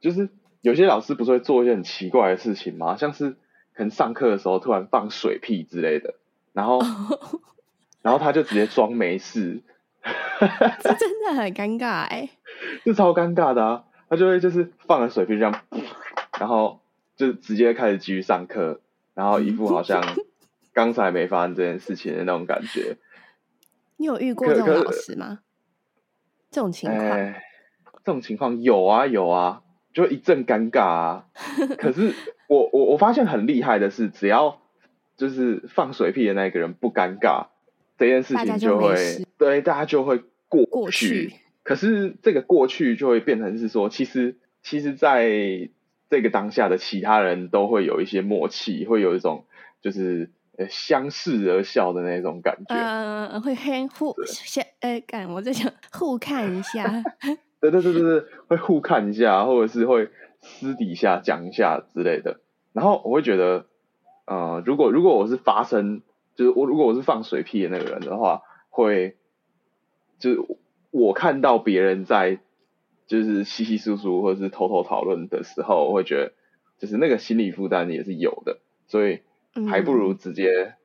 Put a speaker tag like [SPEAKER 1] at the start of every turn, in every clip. [SPEAKER 1] 就是有些老师不是会做一些很奇怪的事情吗？像是可能上课的时候突然放水屁之类的，然后然后他就直接装没事，
[SPEAKER 2] 这真的很尴尬哎、
[SPEAKER 1] 这超尴尬的啊！他就会就是放了水屁这样，然后就直接开始继续上课，然后一副好像刚才没发生这件事情的那种感觉。
[SPEAKER 2] 你有遇过
[SPEAKER 1] 可
[SPEAKER 2] 这种
[SPEAKER 1] 可
[SPEAKER 2] 老师吗？这种情况、
[SPEAKER 1] 哎，这种情况有啊有啊，就一阵尴尬 啊。可是我我我发现很厉害的是，只要就是放水屁的那个人不尴尬，这件事
[SPEAKER 2] 大家
[SPEAKER 1] 情
[SPEAKER 2] 就没
[SPEAKER 1] 会
[SPEAKER 2] 事
[SPEAKER 1] 对大家就会过
[SPEAKER 2] 过去
[SPEAKER 1] 可是这个过去就会变成是说，其实其实在这个当下的其他人都会有一些默契，会有一种就是呃相视而笑的那种感觉。
[SPEAKER 2] 呃，会先互先哎，干、我在想互看 一下，
[SPEAKER 1] 对对对对对，会互看一下，或者是会私底下讲一下之类的。然后我会觉得，呃，如果如果我是发生，就是我如果我是放水屁的那个人的话，会就是我看到别人在就是稀稀疏疏或者是偷偷讨论的时候，我会觉得就是那个心理负担也是有的，所以
[SPEAKER 2] 嗯
[SPEAKER 1] 还不如直接、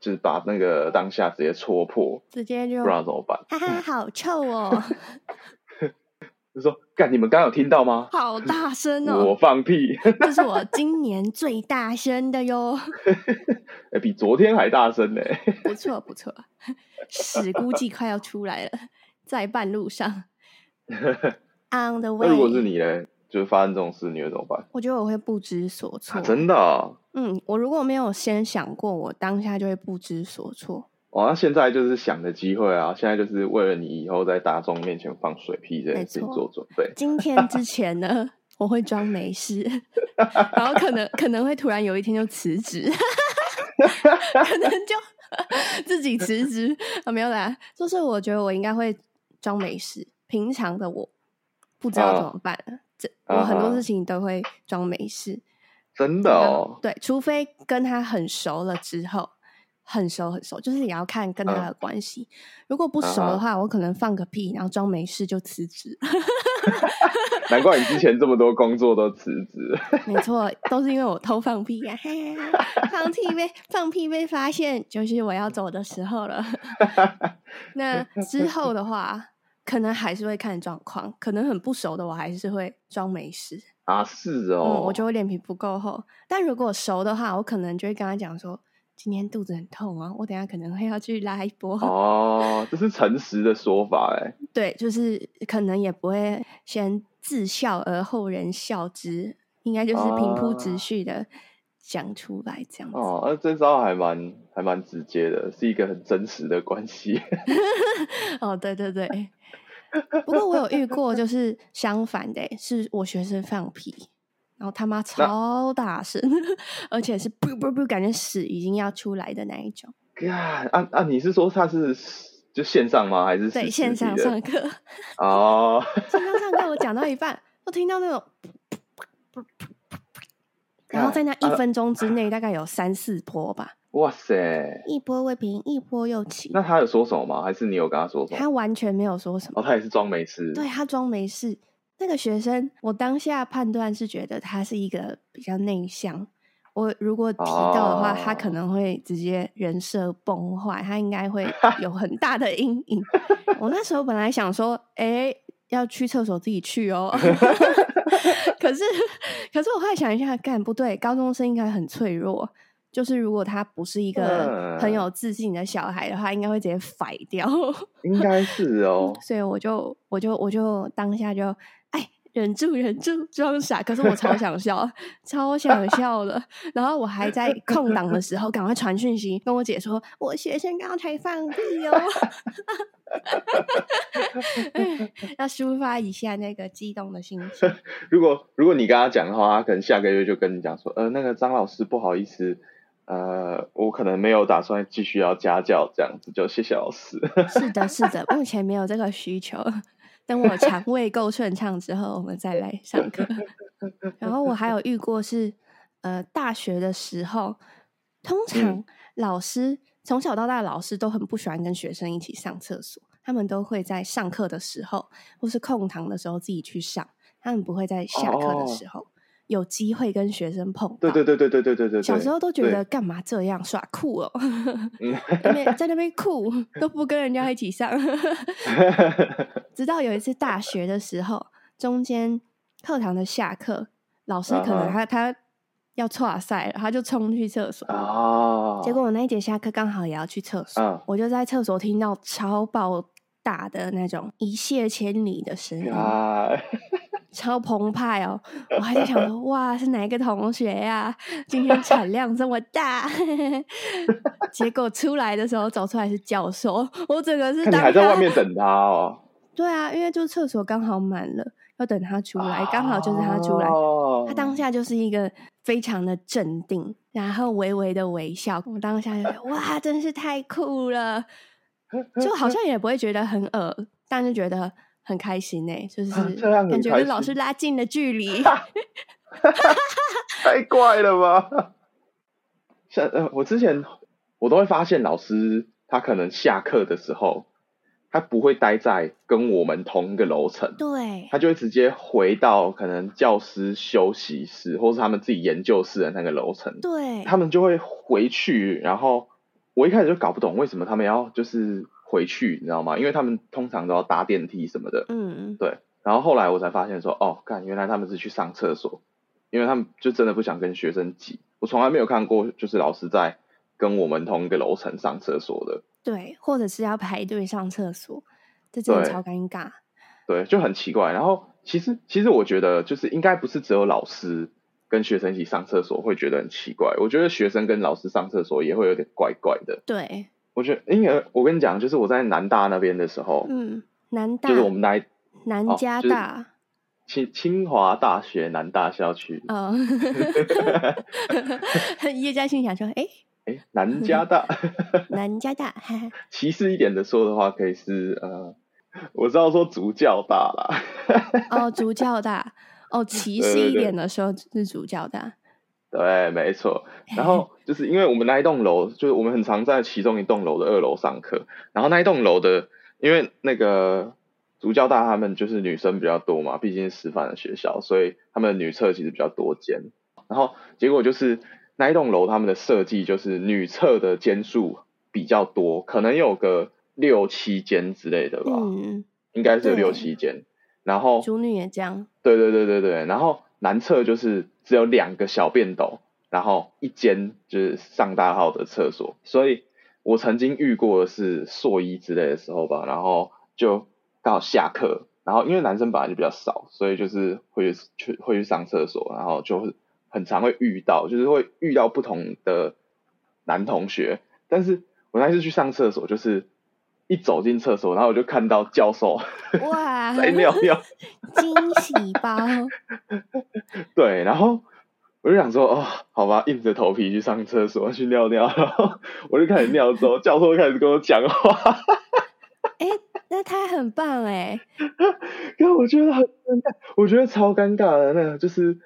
[SPEAKER 1] 就是把那个当下直接戳破，
[SPEAKER 2] 直接就
[SPEAKER 1] 不然怎嗯么办？
[SPEAKER 2] 哈哈，好臭哦，
[SPEAKER 1] 就说干，你们刚刚有听到吗？
[SPEAKER 2] 好大声
[SPEAKER 1] 我
[SPEAKER 2] 哦，
[SPEAKER 1] 放屁， 哎、
[SPEAKER 2] 这是我今年最大声的哟，
[SPEAKER 1] 哎比昨天还大声呢、
[SPEAKER 2] 不错不错，史估计快要出来了，在半路 上，on the
[SPEAKER 1] 那如果是
[SPEAKER 2] way，
[SPEAKER 1] 你嘞，就是发生这种事，你会怎么办？
[SPEAKER 2] 我觉得我会不知所措，
[SPEAKER 1] 啊、真的哦、
[SPEAKER 2] 嗯，我如果没有先想过，我当下就会不知所措。
[SPEAKER 1] 哦，那现在就是想的机会啊！现在就是为了你以后在大众面前放水屁这件事情
[SPEAKER 2] 没错
[SPEAKER 1] 做准备。
[SPEAKER 2] 今天之前呢， 我会装没事， 然后可能可能会突然有一天就辞职， 可能就 自己辞职啊，没有啦，就是我觉得我应该会装没事。平常的我不知道怎
[SPEAKER 1] 啊
[SPEAKER 2] 么办了，这
[SPEAKER 1] 啊
[SPEAKER 2] 我很多
[SPEAKER 1] 哈
[SPEAKER 2] 事情都会装没事。
[SPEAKER 1] 真的哦，
[SPEAKER 2] 对，除非跟他很熟了之后，很熟很熟，就是也要看跟他
[SPEAKER 1] 嗯
[SPEAKER 2] 的关系。如果不熟
[SPEAKER 1] 啊哈
[SPEAKER 2] 的话，我可能放个屁，然后装没事就辞职。啊
[SPEAKER 1] 难怪你之前这么多工作都辞职。
[SPEAKER 2] 没错，都是因为我偷放屁呀、 啊，放屁被放屁被发现，就是我要走的时候了。 那之后的话，可能还是会看状况，可能很不熟的，我还是会装没事。
[SPEAKER 1] 啊，是哦，
[SPEAKER 2] 嗯，我就会脸皮不够厚。但如果熟的话，我可能就会跟他讲说，今天肚子很痛啊，我等一下可能会要去拉一波。
[SPEAKER 1] 哦，这是诚实的说法哎、
[SPEAKER 2] 对，就是可能也不会先自笑而后人笑之，应该就是平铺直
[SPEAKER 1] 啊
[SPEAKER 2] 叙的讲出来这样子。
[SPEAKER 1] 哦，那、这招还蛮还蛮直接的，是一个很真实的关系。
[SPEAKER 2] 哦，对对对。不过我有遇过，就是相反的欸、是我学生放屁，然后 他妈超大声， 而且是不不不，感觉屎已经要出来的那一种。
[SPEAKER 1] 干啊啊！你是说他是就线上吗？还是
[SPEAKER 2] 对，
[SPEAKER 1] 实
[SPEAKER 2] 线
[SPEAKER 1] 体
[SPEAKER 2] 上
[SPEAKER 1] 的
[SPEAKER 2] 上课，
[SPEAKER 1] 哦，
[SPEAKER 2] 线上上课我讲到一半，我听到那 种，然后在那
[SPEAKER 1] 啊
[SPEAKER 2] 一分钟之内，大概有三四波吧，
[SPEAKER 1] 哇塞！
[SPEAKER 2] 呃一波未平，一波又起。
[SPEAKER 1] 那他有说什么吗？还是你有跟他说什么？
[SPEAKER 2] 他完全没有说什么
[SPEAKER 1] 哦，，他也是装没事。
[SPEAKER 2] 对他装没事。那个学生，我当下判断是觉得他是一个比较内向。我如果提到的话，他可
[SPEAKER 1] 哦
[SPEAKER 2] 能会直接人设崩坏，他应 该会有很大的阴影。我那时候本来想说，哎、要去厕所自己去 哦。可是，可是我后来想一下，干不对，高中生应该很脆弱。就是如果他不是一个很
[SPEAKER 1] 嗯
[SPEAKER 2] 有自信的小孩的话，应该会直接 甩掉。。
[SPEAKER 1] 应该是哦
[SPEAKER 2] 所以我就我就我就当下就哎忍住忍住装傻，可是我超想笑，超想笑的。然后我还在空档的时候赶快传讯息跟我姐说，我学生刚才放屁哦， 哎要抒发一下那个激动的心情。
[SPEAKER 1] 如果如果你跟他讲的话，他可能下个月就跟你讲说，呃，那个张老师不好意思，呃，我可能没有打算继续要家教这样子，就谢谢老师。
[SPEAKER 2] 是的，是的，目前没有这个需求。等我肠胃够顺畅之后，我们再来上课。然后我还有遇过是，呃，大学的时候，通
[SPEAKER 1] 嗯
[SPEAKER 2] 常老师从、小到大，老师都很不喜欢跟学生一起上厕所，他们都会在上课的时候或是空堂的时候自己去上。他们不会在下课的时候有机会跟学生碰到。
[SPEAKER 1] 哦对对对对对对对对，
[SPEAKER 2] 小时候都觉
[SPEAKER 1] 对
[SPEAKER 2] 得干嘛这样耍酷哦，
[SPEAKER 1] 嗯
[SPEAKER 2] 在那边在那边酷都不跟人家一 起上，直到有一次大学的时候，中间课堂的下课，老师可能
[SPEAKER 1] 啊
[SPEAKER 2] 他、他要错赛了，他就冲去厕所。
[SPEAKER 1] 啊，
[SPEAKER 2] 结果我那一节下课刚好也要去厕所，
[SPEAKER 1] 嗯
[SPEAKER 2] 我就在厕所听到超爆大的那种一泻千里的声音，
[SPEAKER 1] 啊，
[SPEAKER 2] 超澎湃哦！我还在想说，哇，是哪一个同学呀、今天产量这么大， 结果出来的时候走出来是教授，我整个是
[SPEAKER 1] 看你
[SPEAKER 2] 当
[SPEAKER 1] 还在
[SPEAKER 2] 他
[SPEAKER 1] 外面等他哦，
[SPEAKER 2] 对啊，因为就厕所刚好满了，要等他出 来，刚好就是他出来。
[SPEAKER 1] 哦
[SPEAKER 2] 他当下就是一个非常的镇定，然后微微的微笑。我当下就觉得哇，真是太酷了，就好像也不会觉得很恶，但是觉得很开心呢、欸就是
[SPEAKER 1] 啊 这样很
[SPEAKER 2] 感觉
[SPEAKER 1] 开
[SPEAKER 2] 跟老
[SPEAKER 1] 心
[SPEAKER 2] 师拉近了距 离。
[SPEAKER 1] 太怪了吧？像呃，我之前我都会发现老师他可能下课的时候，他不会待在跟我们同一个楼层，
[SPEAKER 2] 对，
[SPEAKER 1] 他就会直接回到可能教师休息室或是他们自己研究室的那个楼层，
[SPEAKER 2] 对，
[SPEAKER 1] 他们就会回去。然后我一开始就搞不懂为什么他们要就是回去，你知道吗？因为他们通常都要搭电梯什么的。
[SPEAKER 2] 嗯，
[SPEAKER 1] 然后后来我才发现说，哦，干，原来他们是去上厕所，因为他们就真的不想跟学生挤。我从来没有看过，就是老师在跟我们同一个楼层上厕所的，
[SPEAKER 2] 对，或者是要排队上厕所，这真的
[SPEAKER 1] 对
[SPEAKER 2] 超尴尬。
[SPEAKER 1] 对，就很奇怪。然后其实其实我觉得，就是应该不是只有老师跟学生一起上厕所会觉得很奇怪，我觉得学生跟老师上厕所也会有点怪怪的。
[SPEAKER 2] 对，
[SPEAKER 1] 我觉得，因为我跟你讲，就是我在南大那边的时候，
[SPEAKER 2] 嗯，南大
[SPEAKER 1] 就是我们那一
[SPEAKER 2] 南
[SPEAKER 1] 哦
[SPEAKER 2] 加
[SPEAKER 1] 就是
[SPEAKER 2] 大，
[SPEAKER 1] 清清华大学南大校区，
[SPEAKER 2] 哦， 叶嘉欣想说，哎、
[SPEAKER 1] 哎，南加 大。
[SPEAKER 2] 南加大，哈哈
[SPEAKER 1] 歧视一点的说的话，可以是呃， 我知道说主教大啦，
[SPEAKER 2] 哦，主教大，哦，歧
[SPEAKER 1] 对
[SPEAKER 2] 视
[SPEAKER 1] 对
[SPEAKER 2] 一
[SPEAKER 1] 对
[SPEAKER 2] 点的时候是主教大，
[SPEAKER 1] 对，没错。然后就是因为我们那一栋楼，就是我们很常在其中一栋楼的二楼上课，然后那一栋楼的，因为那个主教大他们就是女生比较多嘛，毕竟是师范的学校，所以他们的女厕其实比较多间。然后结果就是那一栋楼他们的设计就是女厕的间数比较多，可能有个六七间之类的吧，哦
[SPEAKER 2] 嗯，
[SPEAKER 1] 应该是有
[SPEAKER 2] 对
[SPEAKER 1] 六七间。然后
[SPEAKER 2] 主女也 这样，
[SPEAKER 1] 对对对对对，然后男厕就是只有两个小便斗，然后一间就是上大号的厕所，所以我曾经遇过的是硕一之类的时候吧，然后就刚好下课，然后因为男生本来就比较少，所以就是会去去会去上厕所，然后就会很常会遇到，就是会遇到不同的男同学，但是我那次去上厕所就是。一走进厕所，然后我就看到教授
[SPEAKER 2] 哇，
[SPEAKER 1] 在尿尿，
[SPEAKER 2] 惊喜包，
[SPEAKER 1] 对，然后我就想说，哦，好吧，硬着头皮去上厕所去尿尿，然后我就开始尿之后，教授就开始跟我讲话，
[SPEAKER 2] 那他很棒哎，
[SPEAKER 1] 因为我觉得很尴尬，我觉得超尴尬的，那个就是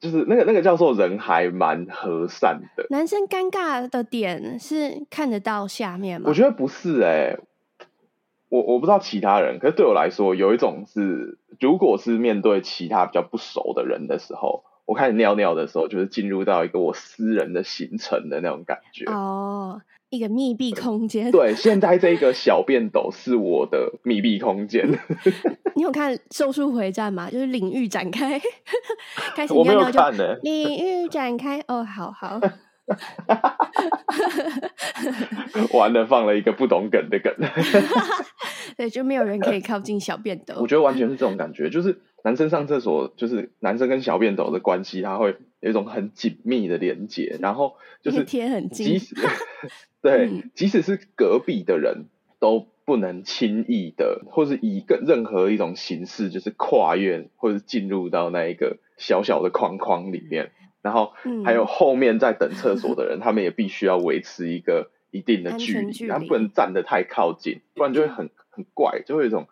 [SPEAKER 1] 就是那个那个教授人还蛮和善的，
[SPEAKER 2] 男生尴尬的点是看得到下面吗
[SPEAKER 1] 我？觉得不是哎、我我不知道其他人，可是对我来说，有一种是，如果是面对其他比较不熟的人的时候，我开始尿尿的时候，就是进入到一个我私人的行程的那种感觉。
[SPEAKER 2] 哦，一个密闭空 间，
[SPEAKER 1] 对，现在这个小便斗是我的密闭空 间，
[SPEAKER 2] 你有看《咒术回战》吗？就是领域展开， 开始
[SPEAKER 1] 我没有
[SPEAKER 2] 尿尿就
[SPEAKER 1] 看呢、欸
[SPEAKER 2] 领域展开，哦，好好。
[SPEAKER 1] 完了放了一个不懂梗的梗，
[SPEAKER 2] 对，就没有人可以靠近小便斗
[SPEAKER 1] 我。觉得完全是这种感觉，就是男生上厕所，就是男生跟小便斗的关系，它会有一种很紧密的连接，然后就
[SPEAKER 2] 因为
[SPEAKER 1] 是
[SPEAKER 2] 贴很近
[SPEAKER 1] 即使对
[SPEAKER 2] 嗯，
[SPEAKER 1] 即使是隔壁的人都不能轻易的，或是以个任何一种形式，就是跨越或者进入到那一个小小的框框里面，然后
[SPEAKER 2] 嗯
[SPEAKER 1] 还有后面在等厕所的人，他们也必须要维持一个一定的
[SPEAKER 2] 安
[SPEAKER 1] 距
[SPEAKER 2] 全
[SPEAKER 1] 离，
[SPEAKER 2] 距
[SPEAKER 1] 他
[SPEAKER 2] 离
[SPEAKER 1] 们不能站得太靠近，不然就会很很怪，就会有一种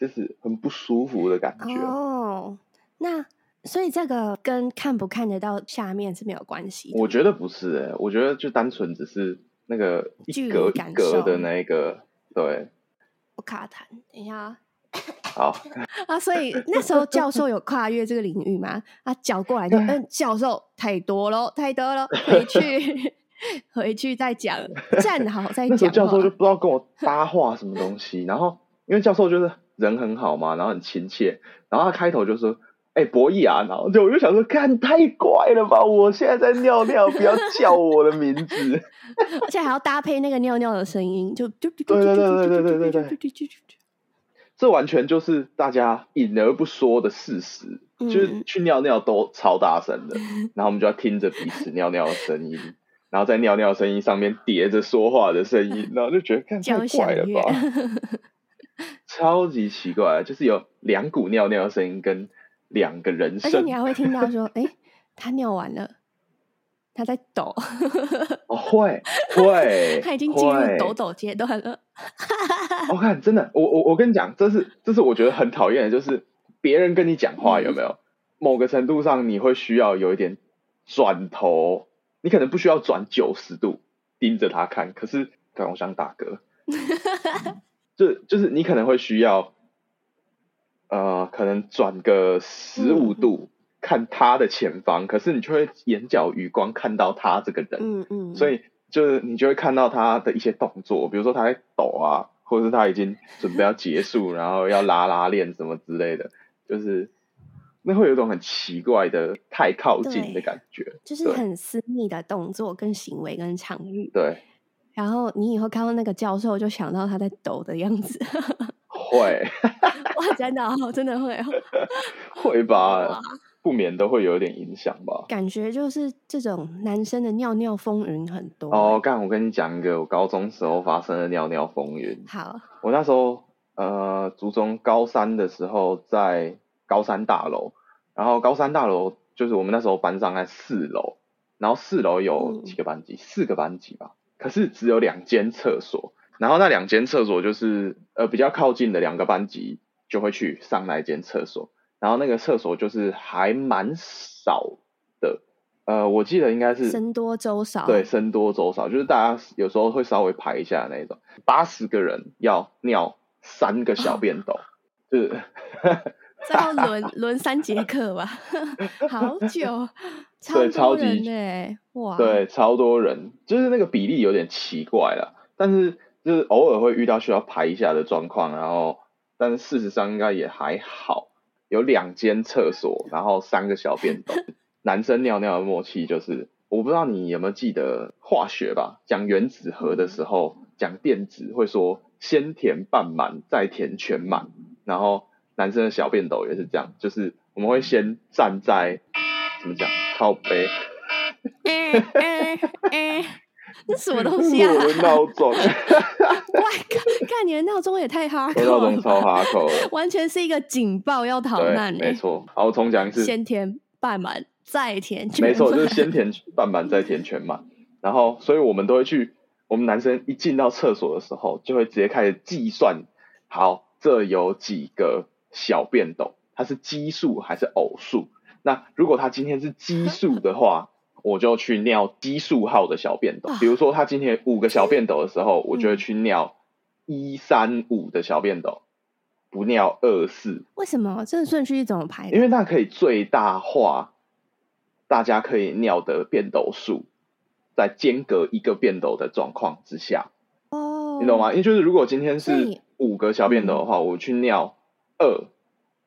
[SPEAKER 1] 就是很不舒服的感觉。
[SPEAKER 2] 哦，那所以这个跟看不看得到下面是没有关系的。
[SPEAKER 1] 我觉得不是诶、我觉得就单纯只是那个一
[SPEAKER 2] 距离
[SPEAKER 1] 格
[SPEAKER 2] 感
[SPEAKER 1] 一格
[SPEAKER 2] 受
[SPEAKER 1] 的那一个，对，
[SPEAKER 2] 我卡痰，等一下啊。
[SPEAKER 1] 好，
[SPEAKER 2] 啊，所 以那时候教授有跨越这个领域吗？啊，搅过 来就嗯，教授太多咯，太多了，回去 回去再讲，站好再
[SPEAKER 1] 那时候
[SPEAKER 2] 讲。
[SPEAKER 1] 教授就不知道跟我搭话什么东西，然后因为教授就是人很好嘛，然后很亲切，然后他开头就说：“哎、博弈啊！”然后就我就想说，干太怪了吧！我现在在尿尿，不要叫我的名字。
[SPEAKER 2] 而且还要搭配那个尿尿的声音，就就对
[SPEAKER 1] 对对对对对对对
[SPEAKER 2] 对对，
[SPEAKER 1] 这完全就是大家隐而不说的事实，就是
[SPEAKER 2] 嗯
[SPEAKER 1] 去尿尿都超大声 的，然后我们就要听着彼此尿尿的声音，然后在尿尿的声音上面叠着说话的声 音，然后就觉得看
[SPEAKER 2] 交
[SPEAKER 1] 太怪
[SPEAKER 2] 响
[SPEAKER 1] 了
[SPEAKER 2] 乐，
[SPEAKER 1] 吧，超级奇怪，就是有两股尿尿的声音跟两个人
[SPEAKER 2] 而且
[SPEAKER 1] 声
[SPEAKER 2] 你，还会听到说，哎、他尿完了，他在抖，，
[SPEAKER 1] 哦会会
[SPEAKER 2] 他已经进入
[SPEAKER 1] 会
[SPEAKER 2] 抖抖阶段了。
[SPEAKER 1] 我看真的，我我我跟你讲，这是这是我觉得很讨厌的，就是别人跟你讲话
[SPEAKER 2] 嗯
[SPEAKER 1] 有没有，某个程度上你会需要有一点转头，你可能不需要转九十度盯着他看，可是刚我想打 嗝，就就是你可能会需要，呃，可能转个十五
[SPEAKER 2] 嗯
[SPEAKER 1] 度、看他的前方，可是你就会眼角余光看到他这个人，
[SPEAKER 2] 嗯嗯，
[SPEAKER 1] 所
[SPEAKER 2] 以
[SPEAKER 1] 以就是你就会看到他的一些动作，比如说他在抖啊，或者是他已经准备要结 束，然后要拉拉链什么之类的，就是那会有一种很奇怪的太靠近的
[SPEAKER 2] 对
[SPEAKER 1] 感觉。
[SPEAKER 2] 就是
[SPEAKER 1] 对
[SPEAKER 2] 很私密的动作、跟行为、跟场域。
[SPEAKER 1] 对，
[SPEAKER 2] 然后你以后看到那个教授，就想到他在抖的样子。
[SPEAKER 1] 会
[SPEAKER 2] 哇，真的、哦，真的会、哦，
[SPEAKER 1] 会吧
[SPEAKER 2] 哇，
[SPEAKER 1] 不免都会有一点影响吧。
[SPEAKER 2] 感觉就是这种男生的尿尿风云很多。
[SPEAKER 1] 哦，，干！我跟你讲一个我高中时候发生的尿尿风云。
[SPEAKER 2] 好，
[SPEAKER 1] 我那时候呃，族中高三的时候在高三大楼，然后高三大楼就是我们那时候班上在四楼，然后四楼有
[SPEAKER 2] 嗯
[SPEAKER 1] 几个班级，四个班级吧，可是只有两间厕所，然后那两间厕所就是呃比较靠近的两个班级就会去上那一间厕所，然后那个厕所就是还蛮少的，呃，我记得应该是
[SPEAKER 2] 僧多粥少。
[SPEAKER 1] 对，，僧多粥少，就是大家有时候会稍微排一下那一种。八十个人要尿三个小便斗，就是
[SPEAKER 2] 这要轮轮三节课吧， 好久，
[SPEAKER 1] 对超
[SPEAKER 2] 多
[SPEAKER 1] 级
[SPEAKER 2] 人呢，哇，
[SPEAKER 1] 对， 超多人，就是那个比例有点奇怪了。但是就是偶尔会遇到需要排一下的状况，然后但是事实上应该也还好。有两间厕所，然后三个小便斗。男生尿尿的默契就是，我不知道你有没有记得化学吧？讲原子核的时候，讲电子会说先填半满，再填全满。然后男生的小便斗也是这样，就是我们会先站在怎么讲靠背。
[SPEAKER 2] 哎哎哎， 那什么东西 啊？
[SPEAKER 1] 我的闹钟，
[SPEAKER 2] 哇，看看你的闹钟也太哈
[SPEAKER 1] 我闹钟
[SPEAKER 2] 了
[SPEAKER 1] 超
[SPEAKER 2] 吧，
[SPEAKER 1] 哈口 的，
[SPEAKER 2] 完全是一个警报要逃
[SPEAKER 1] 对，
[SPEAKER 2] 难
[SPEAKER 1] 没
[SPEAKER 2] 欸，
[SPEAKER 1] 错。好，我重讲一次，
[SPEAKER 2] 先填半满，再填全
[SPEAKER 1] 没 错，
[SPEAKER 2] 满
[SPEAKER 1] 就是先填半满再填全满。然后，所以我们都会去，我们男生一进到厕所的时候，就会直接开始计算，好，这有几个小便斗，它是奇数还是偶数？那如果它今天是奇数的话，我就去尿奇数号的小便斗
[SPEAKER 2] 哇。
[SPEAKER 1] 比如说，它今天五个小便斗的时候，我就会去尿一三五的小便斗，不尿二四
[SPEAKER 2] 为什么这个顺序是怎么排的？
[SPEAKER 1] 因为那可以最大化大家可以尿的变斗数，在间隔一个变斗的状况之下，
[SPEAKER 2] 哦，
[SPEAKER 1] 你懂？吗？因为就是如果今天
[SPEAKER 2] 所
[SPEAKER 1] 是
[SPEAKER 2] 以
[SPEAKER 1] 五个小便斗的话，我去尿二，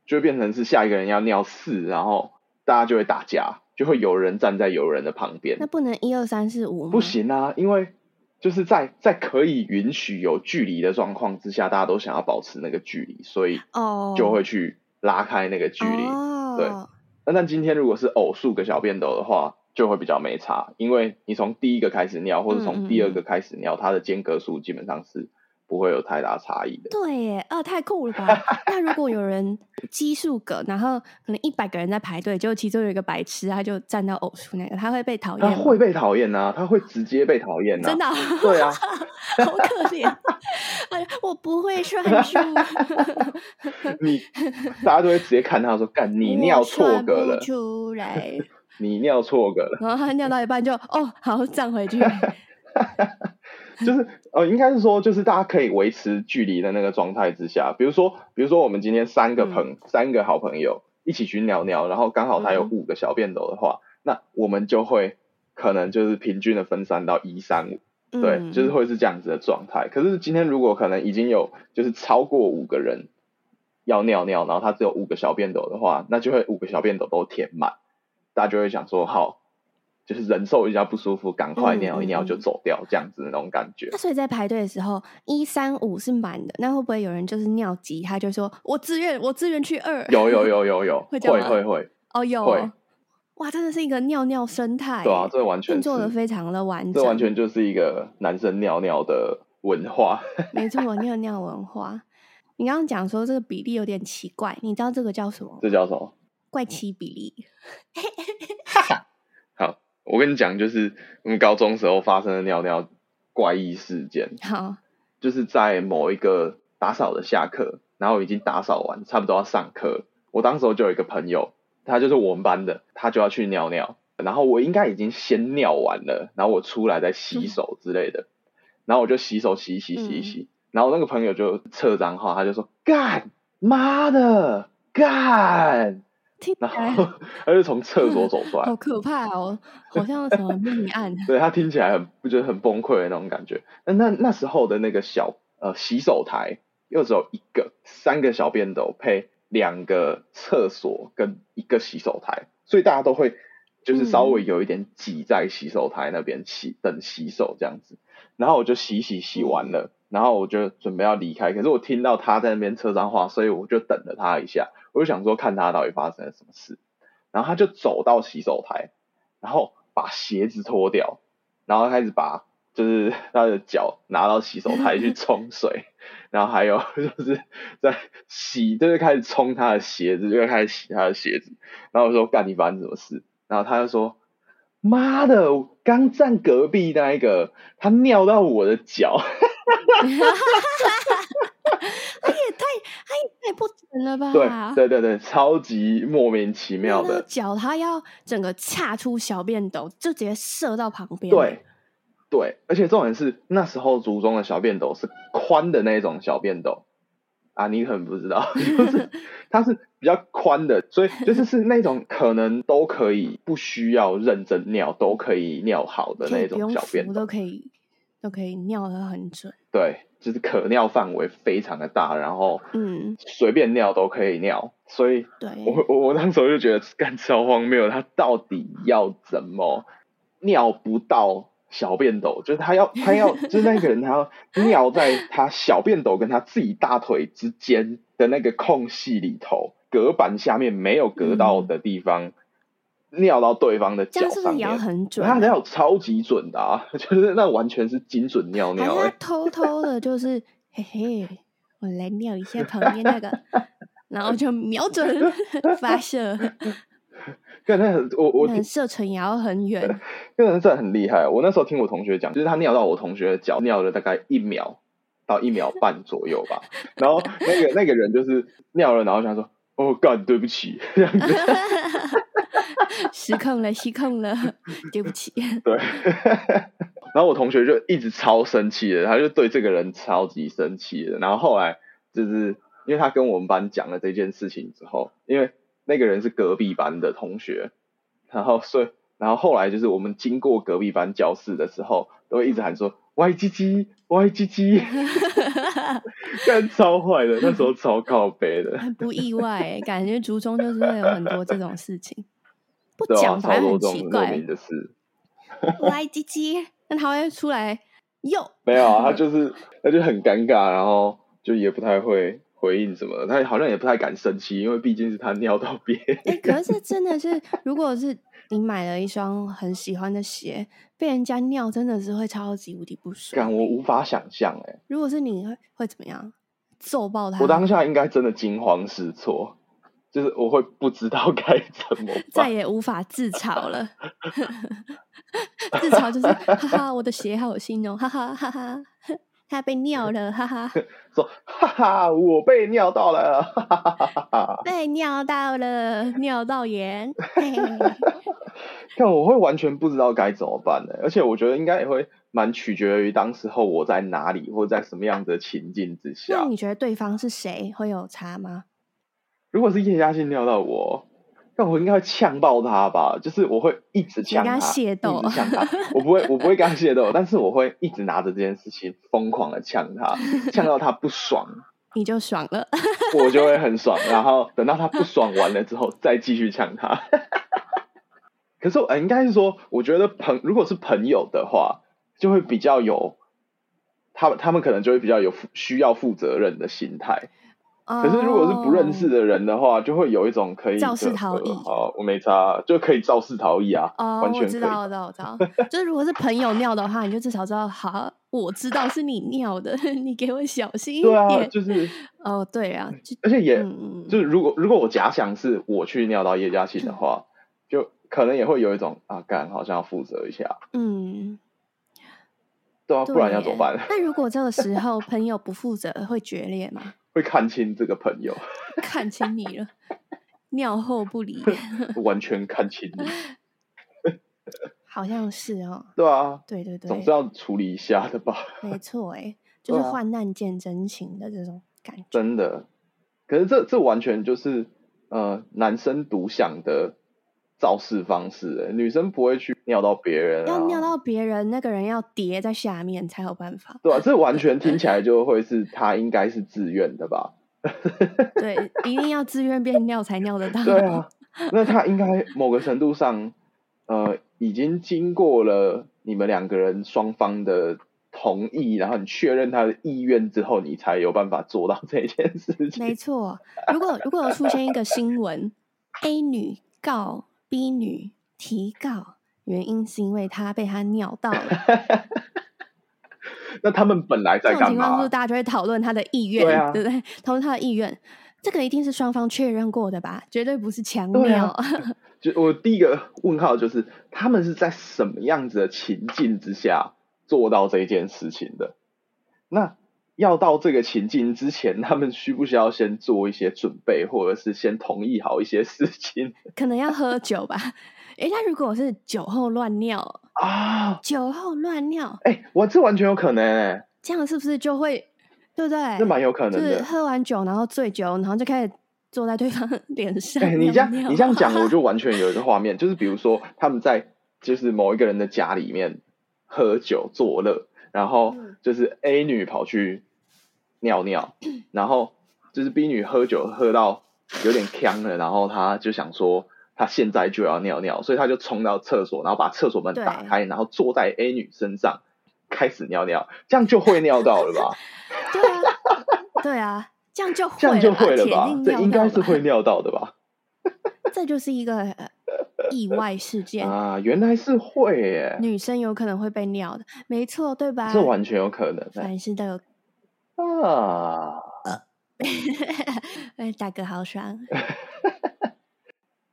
[SPEAKER 1] 就会变成是下一个人要尿四，然后大家就会打架，就会有人站在有人的旁边
[SPEAKER 2] 那，不能一二三四五吗？
[SPEAKER 1] 不行啊，因为就是在在可以允许有距离的状况之下，大家都想要保持那个距离，所以
[SPEAKER 2] 哦，
[SPEAKER 1] 就会去拉开那个距离。对
[SPEAKER 2] 哦
[SPEAKER 1] 那但今天如果是偶数个小便斗的话，就会比较没差，因为你从第一个开始尿，或
[SPEAKER 2] 嗯
[SPEAKER 1] 者从第二个开始尿，它的间隔数基本上是不会有太大差异的。
[SPEAKER 2] 对耶，啊，太酷了 吧！那如果有人奇数个，然后可能一百个人在排队，就其中有一个白痴，他就站到偶数那个，他会被讨厌
[SPEAKER 1] 它
[SPEAKER 2] 吗，
[SPEAKER 1] 啊会被讨厌呐，它会直接被讨厌呐。
[SPEAKER 2] 嗯真的啊、
[SPEAKER 1] 对啊，
[SPEAKER 2] 好可 怜。哎呀，我不会算数，
[SPEAKER 1] 你大家都会直接看他说：“干， 你尿
[SPEAKER 2] 我
[SPEAKER 1] 错
[SPEAKER 2] 算
[SPEAKER 1] 格
[SPEAKER 2] 不
[SPEAKER 1] 了，
[SPEAKER 2] 出来。
[SPEAKER 1] 你尿错格了。
[SPEAKER 2] 然后他尿到一半就哦，好站回去。”
[SPEAKER 1] 就是呃，应该是说，就是大家可以维持距离的那个状态之下，比如说，比如说我们今天三个朋、三个好朋友一起去尿尿，然后刚好他有
[SPEAKER 2] 嗯
[SPEAKER 1] 五个小便斗的话，那我们就会可能就是平均的分散到一三五， 对，
[SPEAKER 2] 嗯
[SPEAKER 1] 就是会是这样子的状态。可是今天如果可能已经有就是超过五个人要尿尿，然后他只有五个小便斗的话，那就会五个小便斗都填满，大家就会想说好。就是忍受一下不舒服，赶快
[SPEAKER 2] 嗯
[SPEAKER 1] 尿一尿
[SPEAKER 2] 嗯
[SPEAKER 1] 就
[SPEAKER 2] 嗯
[SPEAKER 1] 走掉，这样子的那种感觉
[SPEAKER 2] 那。所以在排队的时候，一三五是满的，那会不会有人就是尿急，他就说我自愿，我自愿去二？
[SPEAKER 1] 有有有有有，
[SPEAKER 2] 会
[SPEAKER 1] 会
[SPEAKER 2] 这样吗
[SPEAKER 1] 会会，
[SPEAKER 2] 哦有
[SPEAKER 1] 会
[SPEAKER 2] 哦，哇，真的是一个尿尿生态耶，欸
[SPEAKER 1] 对啊， 这完全
[SPEAKER 2] 哎运作的
[SPEAKER 1] 是
[SPEAKER 2] 非常的完整，
[SPEAKER 1] 这完全就是一个男生尿尿的文化。
[SPEAKER 2] 没错，尿尿文化。你刚刚讲说这个比例有点奇怪，你知道这个叫什么吗？
[SPEAKER 1] 这叫什么？
[SPEAKER 2] 怪奇比例。
[SPEAKER 1] 好，我跟你讲，就是我们高中时候发生的尿尿怪异事件，
[SPEAKER 2] 好，
[SPEAKER 1] 就是在某一个打扫的下课，然后已经打扫完，差不多要上课。我当时候就有一个朋友，他就是我们班的，他就要去尿尿，然后我应该已经先尿完了，然后我出来再洗手之类的，然后我就洗手洗一洗洗一
[SPEAKER 2] 嗯
[SPEAKER 1] 洗，然后那个朋友就测脏话，他就说干妈的干，
[SPEAKER 2] 听起
[SPEAKER 1] 然
[SPEAKER 2] 来
[SPEAKER 1] 后 他就从厕所走出来
[SPEAKER 2] 好，可怕哦，好像什么命案。
[SPEAKER 1] 对他听起来很不觉得很崩溃的那种感觉。那那那时候的那个小呃洗手台又只有一个，三个小便斗配两个厕所跟一个洗手台，所以大家都会就是稍微有一点挤在洗手台那边洗、等洗手这样子。然后我就洗洗洗完了，然后我就准备要离开，可是我听到他在那边车上话，所以我就等了他一下，我就想说看他到底发生了什么事。然后他就走到洗手台，然后把鞋子脱掉，然后开始把就是 他的脚拿到洗手台去冲水，然后还有 就是在洗，就是开始冲他的鞋子，就开始洗他的鞋子。然后我说干你发生什么事？然后他就说妈的，我刚站隔壁那一个，他尿到我的脚。
[SPEAKER 2] 他也太，他也太不准了吧？
[SPEAKER 1] 对对对对，超级莫名其
[SPEAKER 2] 那
[SPEAKER 1] 妙
[SPEAKER 2] 个
[SPEAKER 1] 的。
[SPEAKER 2] 啊脚他要整个岔出小便斗，就直接射到旁边。
[SPEAKER 1] 对，对，而且重点是那时候族中的小便斗是宽的那种小便斗啊，你可能不知道， 就是它是比较宽的，所以就是是那种可能都可以不需要认真尿都可以尿好的
[SPEAKER 2] 可以
[SPEAKER 1] 那
[SPEAKER 2] 不用
[SPEAKER 1] 种小便
[SPEAKER 2] 扶
[SPEAKER 1] 斗
[SPEAKER 2] 都，可以，都可以尿得很准。
[SPEAKER 1] 对，就是可尿范围非常的大，然后
[SPEAKER 2] 嗯，
[SPEAKER 1] 随便尿都可以尿，所以
[SPEAKER 2] 对，
[SPEAKER 1] 我我我那时候就觉得干超荒谬，他到底要怎么尿不到小便斗？就是他要他要就是那个人他要尿在他小便斗跟他自己大腿之间的那个空隙里头，隔板下面没有隔到的地方，尿到对方的
[SPEAKER 2] 嗯
[SPEAKER 1] 脚
[SPEAKER 2] 这样是不
[SPEAKER 1] 上
[SPEAKER 2] 是也要
[SPEAKER 1] 面。
[SPEAKER 2] 很准啊？
[SPEAKER 1] 他尿超级准的啊， 就是那完全是精准尿
[SPEAKER 2] 还是
[SPEAKER 1] 尿、
[SPEAKER 2] 他
[SPEAKER 1] 欸，
[SPEAKER 2] 偷偷的， 就是嘿嘿，我来尿一下旁边那个，然后就瞄 准发射，
[SPEAKER 1] 干那很我我
[SPEAKER 2] 那射程也要很远。
[SPEAKER 1] 那个人真的很厉害。我那时候听我同学讲，就是他尿到我同学的脚，尿了大概一秒到一秒半左右吧。然后那个那个人就是尿了，然后想说：“哦，干，对不起。”这样子，
[SPEAKER 2] 失控了，失控了， 对不起。
[SPEAKER 1] 对。然后我同学就一直超生气的，他就对这个人超级生气的。然后后来就是因为他跟我们班讲了这件事情之后，因为那个人是隔壁班的同学，然后所以然后后来就是我们经过隔壁班教室的时候，都会一直喊说“歪唧唧，歪唧 唧”，干超坏的，那时候超靠背的。
[SPEAKER 2] 不意外、欸，感觉族中就是会有很多这种事情，不
[SPEAKER 1] 对啊，
[SPEAKER 2] 讲
[SPEAKER 1] 超
[SPEAKER 2] 反而
[SPEAKER 1] 多
[SPEAKER 2] 很
[SPEAKER 1] 这种
[SPEAKER 2] 奇
[SPEAKER 1] 莫
[SPEAKER 2] 怪
[SPEAKER 1] 名。的事。
[SPEAKER 2] 来，鸡鸡，那他会出来 哟。
[SPEAKER 1] 没有啊，他就是他就很尴尬，然后就也不太会回应什么的，他好像也不太敢生气，因为毕竟是他尿到别 人。
[SPEAKER 2] 哎、可是真的是，如果是你买了一双很喜欢的鞋，被人家尿，真的是会超级无敌不
[SPEAKER 1] 干，
[SPEAKER 2] 爽。
[SPEAKER 1] 我无法想象哎、
[SPEAKER 2] 如果是你会会怎么样？揍爆他！
[SPEAKER 1] 我当下应该真的惊慌失措，就是我会不知道该怎么
[SPEAKER 2] 再
[SPEAKER 1] 办。
[SPEAKER 2] 也无法自嘲了。 自嘲就是 哈哈，我的鞋好新哦，哈哈哈哈，他被尿了，哈 哈，
[SPEAKER 1] 说哈哈，我被尿到了， 哈哈哈哈哈哈。
[SPEAKER 2] 被尿到了，尿道炎。嘿嘿
[SPEAKER 1] 看我会完全不知道该怎么办的、欸而且我觉得应该也会蛮取决于当时候我在哪里，或者在什么样的情境之
[SPEAKER 2] 那
[SPEAKER 1] 下。
[SPEAKER 2] 你觉得对方是谁会有差吗？
[SPEAKER 1] 如果是叶嘉欣撩到我，那我应该会呛爆他吧？就是我会一直呛
[SPEAKER 2] 你
[SPEAKER 1] 他，
[SPEAKER 2] 跟他械斗
[SPEAKER 1] 一直呛他。我不会，我不会跟他械斗，但 是我会一直拿着这件事情疯狂的呛他，呛到他不爽，
[SPEAKER 2] 你就爽了，
[SPEAKER 1] 我就会很爽。然后等到他不爽完了之后，再继续呛他。 可是我、呃应该是说，我觉得朋如果是朋友的话，就会比较有。他们他们可能就会比较有负需要负责任的心态，可
[SPEAKER 2] 可
[SPEAKER 1] 是如果是不认识的人的话，就会有一种可以
[SPEAKER 2] 哦肇事
[SPEAKER 1] 就
[SPEAKER 2] 逃逸
[SPEAKER 1] 呃好，我没差，就可以肇事逃逸啊，
[SPEAKER 2] 哦，
[SPEAKER 1] 完
[SPEAKER 2] 我
[SPEAKER 1] 全可
[SPEAKER 2] 知
[SPEAKER 1] 以。
[SPEAKER 2] 道，我知道，我知道。 就是如果是朋友尿的话，你就至少知道，好，我知道是你尿的， 你给我小心一
[SPEAKER 1] 对
[SPEAKER 2] 点。
[SPEAKER 1] 啊，就是
[SPEAKER 2] 哦，对啊，就
[SPEAKER 1] 而且也、
[SPEAKER 2] 嗯嗯
[SPEAKER 1] 就是如果如果我假想是我去尿到叶嘉欣的话，就可能也会有一种啊，干好像要负责一下，
[SPEAKER 2] 嗯，
[SPEAKER 1] 对啊，
[SPEAKER 2] 对
[SPEAKER 1] 不然要怎么
[SPEAKER 2] 耶
[SPEAKER 1] 办？
[SPEAKER 2] 那如果这个时候朋友不负责，会决裂吗？
[SPEAKER 1] 会看清这个朋 友，
[SPEAKER 2] 看清你了， 尿后 不理，
[SPEAKER 1] 完全看清你，
[SPEAKER 2] 好像是哦。
[SPEAKER 1] 对啊，
[SPEAKER 2] 对对对，
[SPEAKER 1] 总是要处理一下的吧，
[SPEAKER 2] 没错 哎，就是
[SPEAKER 1] 对啊
[SPEAKER 2] 患难见真情的这种感觉。
[SPEAKER 1] 真的。可是这这完全就是呃男生独享的造势方式欸、女生不会去尿到别人、啊，
[SPEAKER 2] 要尿到别人，那个人要叠在下面才有办法。
[SPEAKER 1] 对啊，这完全听起来就会是他应该是自愿的吧？
[SPEAKER 2] 对，一定要自愿变尿才尿得到。
[SPEAKER 1] 对啊， 那他应该某个程度上，呃，已经经过了你们两个人双方的同意，然后你确认他的意愿之后，你才有办法做到这件事
[SPEAKER 2] 没
[SPEAKER 1] 情。
[SPEAKER 2] 错，如果如果有出现一个新闻，A 女告 B 女提告，原因是因为她被她尿到了，
[SPEAKER 1] 那他们本来
[SPEAKER 2] 这
[SPEAKER 1] 在
[SPEAKER 2] 种
[SPEAKER 1] 干
[SPEAKER 2] 情况是不
[SPEAKER 1] 嘛啊
[SPEAKER 2] 是？大家就会讨论她的意愿，
[SPEAKER 1] 对啊
[SPEAKER 2] 不对？讨论她的意愿，这个一定是双方确认过的吧？绝对不是强
[SPEAKER 1] 对
[SPEAKER 2] 尿。
[SPEAKER 1] 啊就我第一个问号就是，他们是在什么样子的情境之下做到这件事情的？那要到这个情境之前，他们需不需要先做一些准备，或者是先同意好一些事情
[SPEAKER 2] 可能要喝酒吧？诶，那如果是酒后乱尿，
[SPEAKER 1] 啊？
[SPEAKER 2] 酒后乱尿，
[SPEAKER 1] 哎、我这完全有可能哎、
[SPEAKER 2] 这样是不是就会对不对？
[SPEAKER 1] 这蛮有可
[SPEAKER 2] 就
[SPEAKER 1] 能
[SPEAKER 2] 是
[SPEAKER 1] 的。
[SPEAKER 2] 喝完酒，然后醉酒，然后就开始坐在对方脸 上、
[SPEAKER 1] 哎、你这样
[SPEAKER 2] 尿
[SPEAKER 1] 你这样讲，我就完全有一个画面，就是比如说他们在就是某一个人的家里面喝酒作乐，然后
[SPEAKER 2] 嗯
[SPEAKER 1] 就是 A 女跑去尿尿，然后就是 B 女喝酒喝到有点呛了，然后她就想说她现在就要尿尿，所以她就冲到厕所，然后把厕所门打
[SPEAKER 2] 对
[SPEAKER 1] 开，然后坐在 A 女身上开始尿尿，这样就会尿到了 吧？
[SPEAKER 2] 对啊，对啊，这样就会
[SPEAKER 1] 这样就会
[SPEAKER 2] 了
[SPEAKER 1] 了
[SPEAKER 2] 吧
[SPEAKER 1] 吧
[SPEAKER 2] 铁定？
[SPEAKER 1] 这
[SPEAKER 2] 尿
[SPEAKER 1] 应
[SPEAKER 2] 到
[SPEAKER 1] 该是
[SPEAKER 2] 吧
[SPEAKER 1] 会尿到的 吧？
[SPEAKER 2] 这就是一个呃意外事 件，
[SPEAKER 1] 啊，原来是会耶，
[SPEAKER 2] 女生有可能会被尿的，没错，对吧？
[SPEAKER 1] 这完全有可能耶
[SPEAKER 2] 凡事都有。
[SPEAKER 1] 啊。
[SPEAKER 2] 哎，大哥好爽，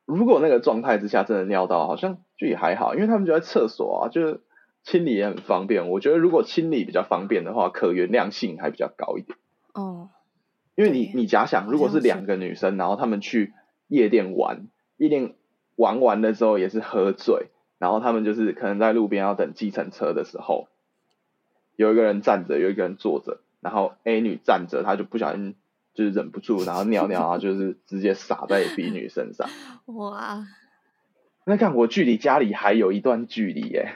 [SPEAKER 1] 如果那个状态之下真的尿到，好像就也还好，因为他们就在厕所啊，就是清理也很方便。我觉得如果清理比较方便的话，可原谅性还比较高一点。
[SPEAKER 2] 哦，
[SPEAKER 1] 因为你
[SPEAKER 2] 对
[SPEAKER 1] 你假想，如果
[SPEAKER 2] 好
[SPEAKER 1] 是
[SPEAKER 2] 像
[SPEAKER 1] 两
[SPEAKER 2] 是
[SPEAKER 1] 个女生，然后她们去夜店玩，夜店玩完了之后也是喝醉，然后她们就是可能在路边要等计程车的时候，有一个人站着，有一个人坐着，然后 A 女站着，她就不小心就是忍不住，然后尿尿，然后就是直接洒在 B 女身上。
[SPEAKER 2] 哇，
[SPEAKER 1] 那看我距离家里还有一段距离耶、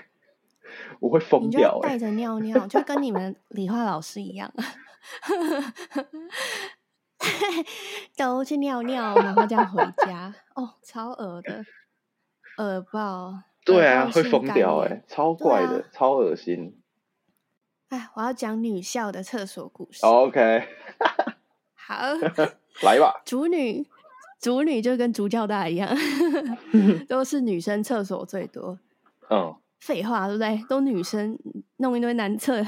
[SPEAKER 1] 我会疯
[SPEAKER 2] 你就要
[SPEAKER 1] 掉哎、
[SPEAKER 2] 带着 尿尿，就跟你们理化老师一样， 都去尿尿，然后这样回家，哦，超恶的，恶爆，
[SPEAKER 1] 对
[SPEAKER 2] 恶
[SPEAKER 1] 啊，
[SPEAKER 2] 到
[SPEAKER 1] 会
[SPEAKER 2] 性
[SPEAKER 1] 疯
[SPEAKER 2] 肝
[SPEAKER 1] 掉哎、
[SPEAKER 2] 炎
[SPEAKER 1] 超怪
[SPEAKER 2] 对
[SPEAKER 1] 的，
[SPEAKER 2] 啊
[SPEAKER 1] 超恶心。
[SPEAKER 2] 哎，我要讲女校的厕所故事。
[SPEAKER 1] OK，
[SPEAKER 2] 好，
[SPEAKER 1] 来吧。
[SPEAKER 2] 主女，主女就跟主教大 一样， 都是女生厕所最多。
[SPEAKER 1] 嗯，
[SPEAKER 2] 废话，对不对？都女生弄一堆男厕 也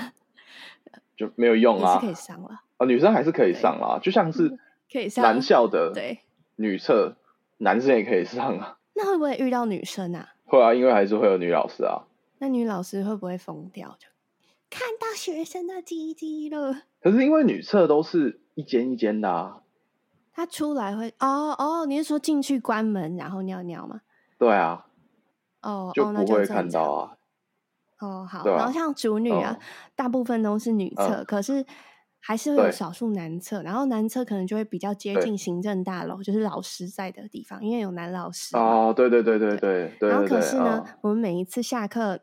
[SPEAKER 1] 就没有用
[SPEAKER 2] 是
[SPEAKER 1] 啊
[SPEAKER 2] 可。以上了，
[SPEAKER 1] 啊，女生还是可以上啦，就像是
[SPEAKER 2] 可以上。
[SPEAKER 1] 男校的
[SPEAKER 2] 对，
[SPEAKER 1] 女厕，男生也可以上啊。
[SPEAKER 2] 那会不会遇到女生啊？
[SPEAKER 1] 会啊，因为还是会有女老师啊。
[SPEAKER 2] 那女老师会不会疯掉？就看到学生的鸡鸡了，
[SPEAKER 1] 可是因为女厕都是一间一间的啊。
[SPEAKER 2] 她出来会哦哦，你是说进去关门然后尿尿吗？
[SPEAKER 1] 对啊，
[SPEAKER 2] 哦，
[SPEAKER 1] 就
[SPEAKER 2] 哦那
[SPEAKER 1] 不
[SPEAKER 2] 就
[SPEAKER 1] 会
[SPEAKER 2] 正
[SPEAKER 1] 看到
[SPEAKER 2] 常
[SPEAKER 1] 啊。
[SPEAKER 2] 哦，好，
[SPEAKER 1] 对
[SPEAKER 2] 然
[SPEAKER 1] 啊
[SPEAKER 2] 后像主女啊
[SPEAKER 1] 嗯，
[SPEAKER 2] 大部分都是女
[SPEAKER 1] 嗯
[SPEAKER 2] 厕，可是还是会有
[SPEAKER 1] 对
[SPEAKER 2] 少数男厕，然后男厕可能就会比较接
[SPEAKER 1] 对
[SPEAKER 2] 近行政大楼，就是老师在的地方，因为有男老师嘛。
[SPEAKER 1] 哦，对对对对对对
[SPEAKER 2] 然后
[SPEAKER 1] 对
[SPEAKER 2] 可
[SPEAKER 1] 对
[SPEAKER 2] 是呢，
[SPEAKER 1] 啊！
[SPEAKER 2] 我们每一次下课，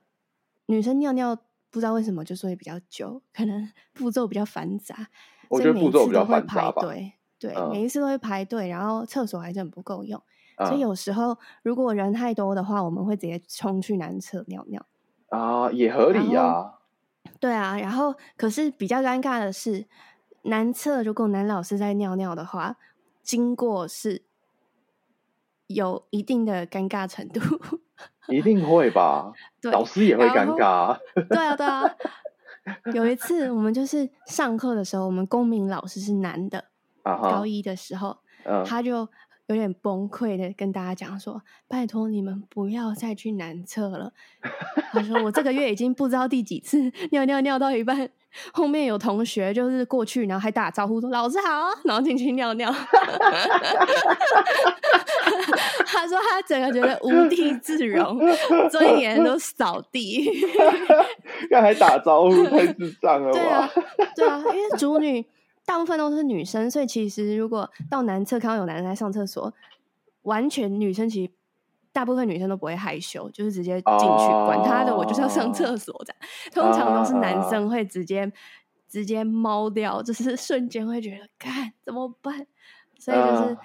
[SPEAKER 2] 女生尿尿不知道为什么就是会比较久，可能 步骤比较繁杂，
[SPEAKER 1] 我
[SPEAKER 2] 所以
[SPEAKER 1] 觉得
[SPEAKER 2] 每
[SPEAKER 1] 步
[SPEAKER 2] 一
[SPEAKER 1] 骤
[SPEAKER 2] 次
[SPEAKER 1] 比
[SPEAKER 2] 都
[SPEAKER 1] 较
[SPEAKER 2] 会
[SPEAKER 1] 繁
[SPEAKER 2] 排
[SPEAKER 1] 杂吧
[SPEAKER 2] 队，对，
[SPEAKER 1] 嗯
[SPEAKER 2] 每一次都会排队，然后厕所还是很不够用，所以
[SPEAKER 1] 嗯
[SPEAKER 2] 有时候如果人太多的话，我们会直接冲去男厕尿尿。
[SPEAKER 1] 啊，也合理
[SPEAKER 2] 然后
[SPEAKER 1] 啊。
[SPEAKER 2] 对啊，然后可是比较尴尬的是，男厕如果男老师在尿尿的话，经过是有一定的尴尬程度。
[SPEAKER 1] 一定会吧？
[SPEAKER 2] 对，
[SPEAKER 1] 老师也会尴
[SPEAKER 2] 然后
[SPEAKER 1] 尬 啊。
[SPEAKER 2] 对啊，对啊。有一次我们就是上课的时候，我们公民老师是男的，
[SPEAKER 1] 啊
[SPEAKER 2] 高
[SPEAKER 1] 哈，
[SPEAKER 2] 一的时候，
[SPEAKER 1] 嗯，
[SPEAKER 2] 他就有点崩溃的跟大家讲说：“拜托你们不要再去男厕了。”他说：“我这个月已经不知道第几次尿尿尿到一半，后面有同学就是过去，然后还打招呼说‘老师好’，然后进去尿尿。”他说他整个觉得无地自容， 尊严都扫地。
[SPEAKER 1] 刚才打招呼太智障了
[SPEAKER 2] 对啊
[SPEAKER 1] 吧？，
[SPEAKER 2] 对啊，因为主女大部分都是女生，所以其实如果到男厕看到有男人在上厕所，完全女生其实大部分女生都不会害羞，就是直接进去，管他的，我就是要上厕所的。通常都是男生会直接直接猫掉，就是瞬间会觉得，看怎么办？所以就是。
[SPEAKER 1] 啊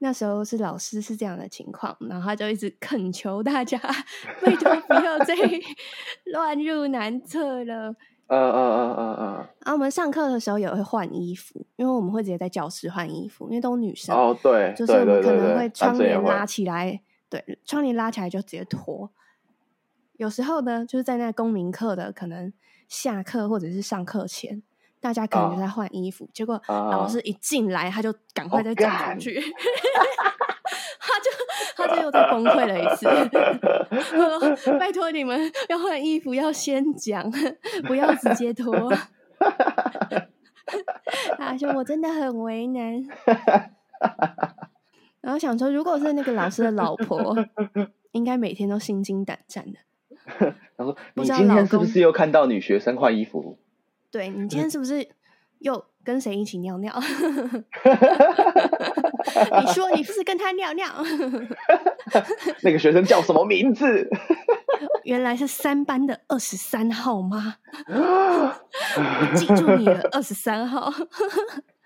[SPEAKER 2] 那时候是老师是这样的情况，然后他就一直恳求大家， 拜托不要再 乱入男厕了。
[SPEAKER 1] 嗯嗯嗯嗯嗯
[SPEAKER 2] 然后我们上课的时候也会换衣服，因为我们会直接在教室换衣服，因为都是女
[SPEAKER 1] 嗯。
[SPEAKER 2] 生，
[SPEAKER 1] 哦，对，
[SPEAKER 2] 就
[SPEAKER 1] 对
[SPEAKER 2] 是我
[SPEAKER 1] 对
[SPEAKER 2] 们
[SPEAKER 1] 对对，
[SPEAKER 2] 可能会
[SPEAKER 1] 男生
[SPEAKER 2] 窗
[SPEAKER 1] 也
[SPEAKER 2] 帘啊
[SPEAKER 1] 会
[SPEAKER 2] 拉起来，对，窗帘拉起来就直接脱。有时候呢，就是在那公民课的可能下课或者是上课前，大家可能就
[SPEAKER 1] 啊
[SPEAKER 2] 在换衣服，结果
[SPEAKER 1] 啊
[SPEAKER 2] 老师一进来，他就赶快
[SPEAKER 1] 哦
[SPEAKER 2] 再走
[SPEAKER 1] 干
[SPEAKER 2] 出去。 他就他就又再崩溃了一次，他说：“ 拜托你们要换衣服，要先讲，不要直接脱。” 他说：“我真的很为难。”然后想说，如果是那个老师的老婆，应该每天都心惊胆战的。
[SPEAKER 1] 他说：“
[SPEAKER 2] 不
[SPEAKER 1] 你
[SPEAKER 2] 知道
[SPEAKER 1] 今
[SPEAKER 2] 老
[SPEAKER 1] 天是不
[SPEAKER 2] 公
[SPEAKER 1] 是又看到女学生换衣服
[SPEAKER 2] 对你今天是不是又跟谁一起尿尿？ 你说你是不是跟他尿尿？
[SPEAKER 1] 那个学生叫什么名字？
[SPEAKER 2] 原来是三班的二十三号 吗？我记住你了，二十三 号。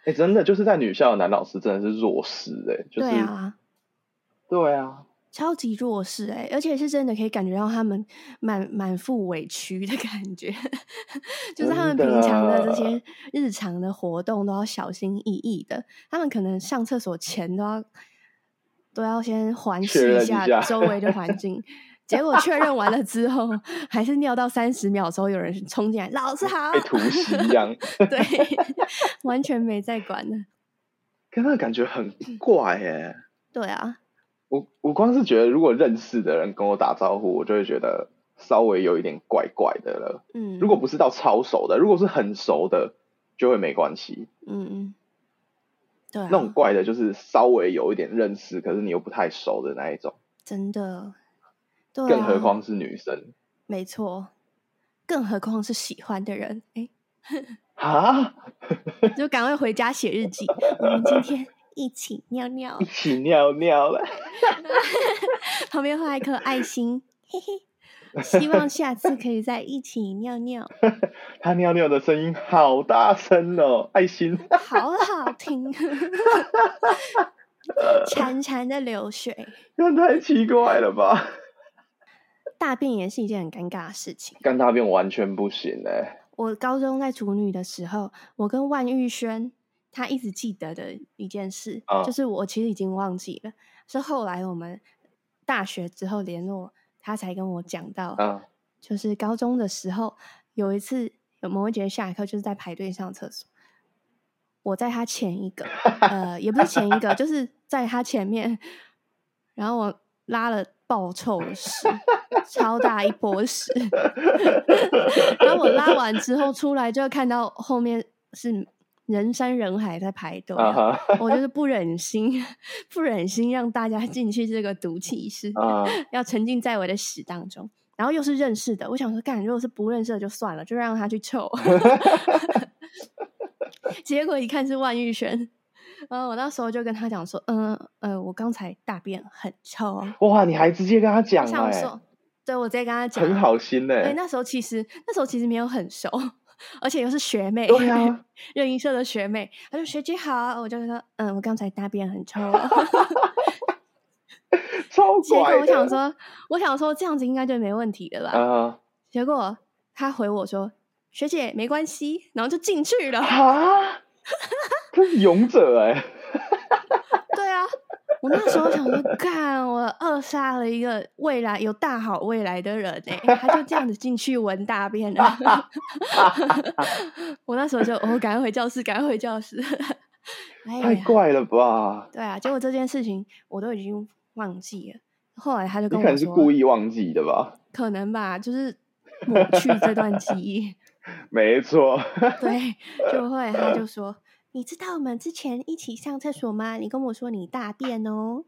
[SPEAKER 1] 哎、真的就是在女校的男老师真的是弱势哎、就是
[SPEAKER 2] 对啊，
[SPEAKER 1] 对啊，
[SPEAKER 2] 超级弱势哎、而且是真的可以感觉到他们满满腹委屈的感觉， 就是他们
[SPEAKER 1] 真
[SPEAKER 2] 平常的
[SPEAKER 1] 的
[SPEAKER 2] 这些日常的活动都要小心翼翼的，他们可能上厕所前都要都要先环
[SPEAKER 1] 确
[SPEAKER 2] 视
[SPEAKER 1] 认
[SPEAKER 2] 一
[SPEAKER 1] 一
[SPEAKER 2] 下
[SPEAKER 1] 下
[SPEAKER 2] 周围的环境。结果确认完了之后，还是尿到三十秒的时候，有人冲进来，老师好
[SPEAKER 1] 被，突袭一样，
[SPEAKER 2] 对，完全没在管的。
[SPEAKER 1] 跟那个感觉很怪哎、
[SPEAKER 2] 对啊，
[SPEAKER 1] 我我光是觉得如果认识的人跟我打招呼，我就会觉得稍微有一点怪怪的了。
[SPEAKER 2] 嗯，
[SPEAKER 1] 如果不是到超熟的，如果是很熟的，就会没关系。
[SPEAKER 2] 嗯嗯，对啊，
[SPEAKER 1] 那种怪的就是稍微有一点认识，可是你又不太熟的那一种，
[SPEAKER 2] 真的，对、啊，
[SPEAKER 1] 更何况是女生
[SPEAKER 2] 没错，更何况是喜欢的人，哎，
[SPEAKER 1] 啊，
[SPEAKER 2] 就赶快回家写日记。我们今天一起尿尿
[SPEAKER 1] 一，起尿尿了。”
[SPEAKER 2] 旁边画一颗爱心，嘿嘿。希望下次可以再一起尿尿，
[SPEAKER 1] 他尿尿的声音好大声哦，爱心。
[SPEAKER 2] 好好听， 潺潺的流水。
[SPEAKER 1] 那太奇怪了吧？
[SPEAKER 2] 大便也是一件很尴尬的事情。
[SPEAKER 1] 干大便完全不行哎、
[SPEAKER 2] 我高中在处女的时候，我跟万玉轩他一直记得的一件事，
[SPEAKER 1] 啊
[SPEAKER 2] 就是我其实已经忘记了，是后来我们大学之后联络，他才跟我讲到，
[SPEAKER 1] 啊
[SPEAKER 2] 就是高中的时候有一次有某一节下课就是在排队上厕所，我在他前一个，呃，也不是前一个，就是在他前面，然后我拉了爆臭的屎，超大一坨屎。 然后我拉完之后出来，就看到后面是人山人海在排队啊、
[SPEAKER 1] 啊哈
[SPEAKER 2] 我就是不忍心， 不忍心让大家进去这个毒气室，
[SPEAKER 1] 啊，
[SPEAKER 2] 要沉浸在我的屎当中。然后又是认识的，我想说，干，如果是不认识的就算了，就让他 去臭。 结果一看是万玉轩，然后我那时候就跟他讲说，嗯呃我刚才大便很臭哦，
[SPEAKER 1] 哇，你还直接跟他讲
[SPEAKER 2] 像
[SPEAKER 1] 哎、
[SPEAKER 2] 说，对我直接跟他讲，
[SPEAKER 1] 很好心欸呢、
[SPEAKER 2] 哎、那时候其实那时候其实没有很熟，而且又是学妹，
[SPEAKER 1] 对啊，
[SPEAKER 2] 热音社的学妹，她说学姐好，我就说嗯，我刚才大便很 臭哦。
[SPEAKER 1] 超
[SPEAKER 2] 结果
[SPEAKER 1] 怪的。
[SPEAKER 2] 我想说，我想说这样子应该就没问题的吧。
[SPEAKER 1] 啊
[SPEAKER 2] 结果她回我说学姐没关系，然后就进去了。
[SPEAKER 1] 哈，啊这是勇者哎、
[SPEAKER 2] 对啊，我那时候想说，干，我扼杀了一个未来有大好未来的人哎、他就这样子进去闻大便了。 我那时候就，我、赶快回教室，赶快回教室。哎
[SPEAKER 1] 太
[SPEAKER 2] 呀，
[SPEAKER 1] 怪了吧？
[SPEAKER 2] 对啊，结果这件事情我都已经忘记了。后来他就
[SPEAKER 1] 你可
[SPEAKER 2] 跟我
[SPEAKER 1] 能
[SPEAKER 2] 说，啊
[SPEAKER 1] 是故意忘记的吧？
[SPEAKER 2] 可能吧，就是抹去这段记忆。
[SPEAKER 1] 没 错，
[SPEAKER 2] 对，就会他就说，你知道我们之前一起上厕所吗？你跟我说你大便哦。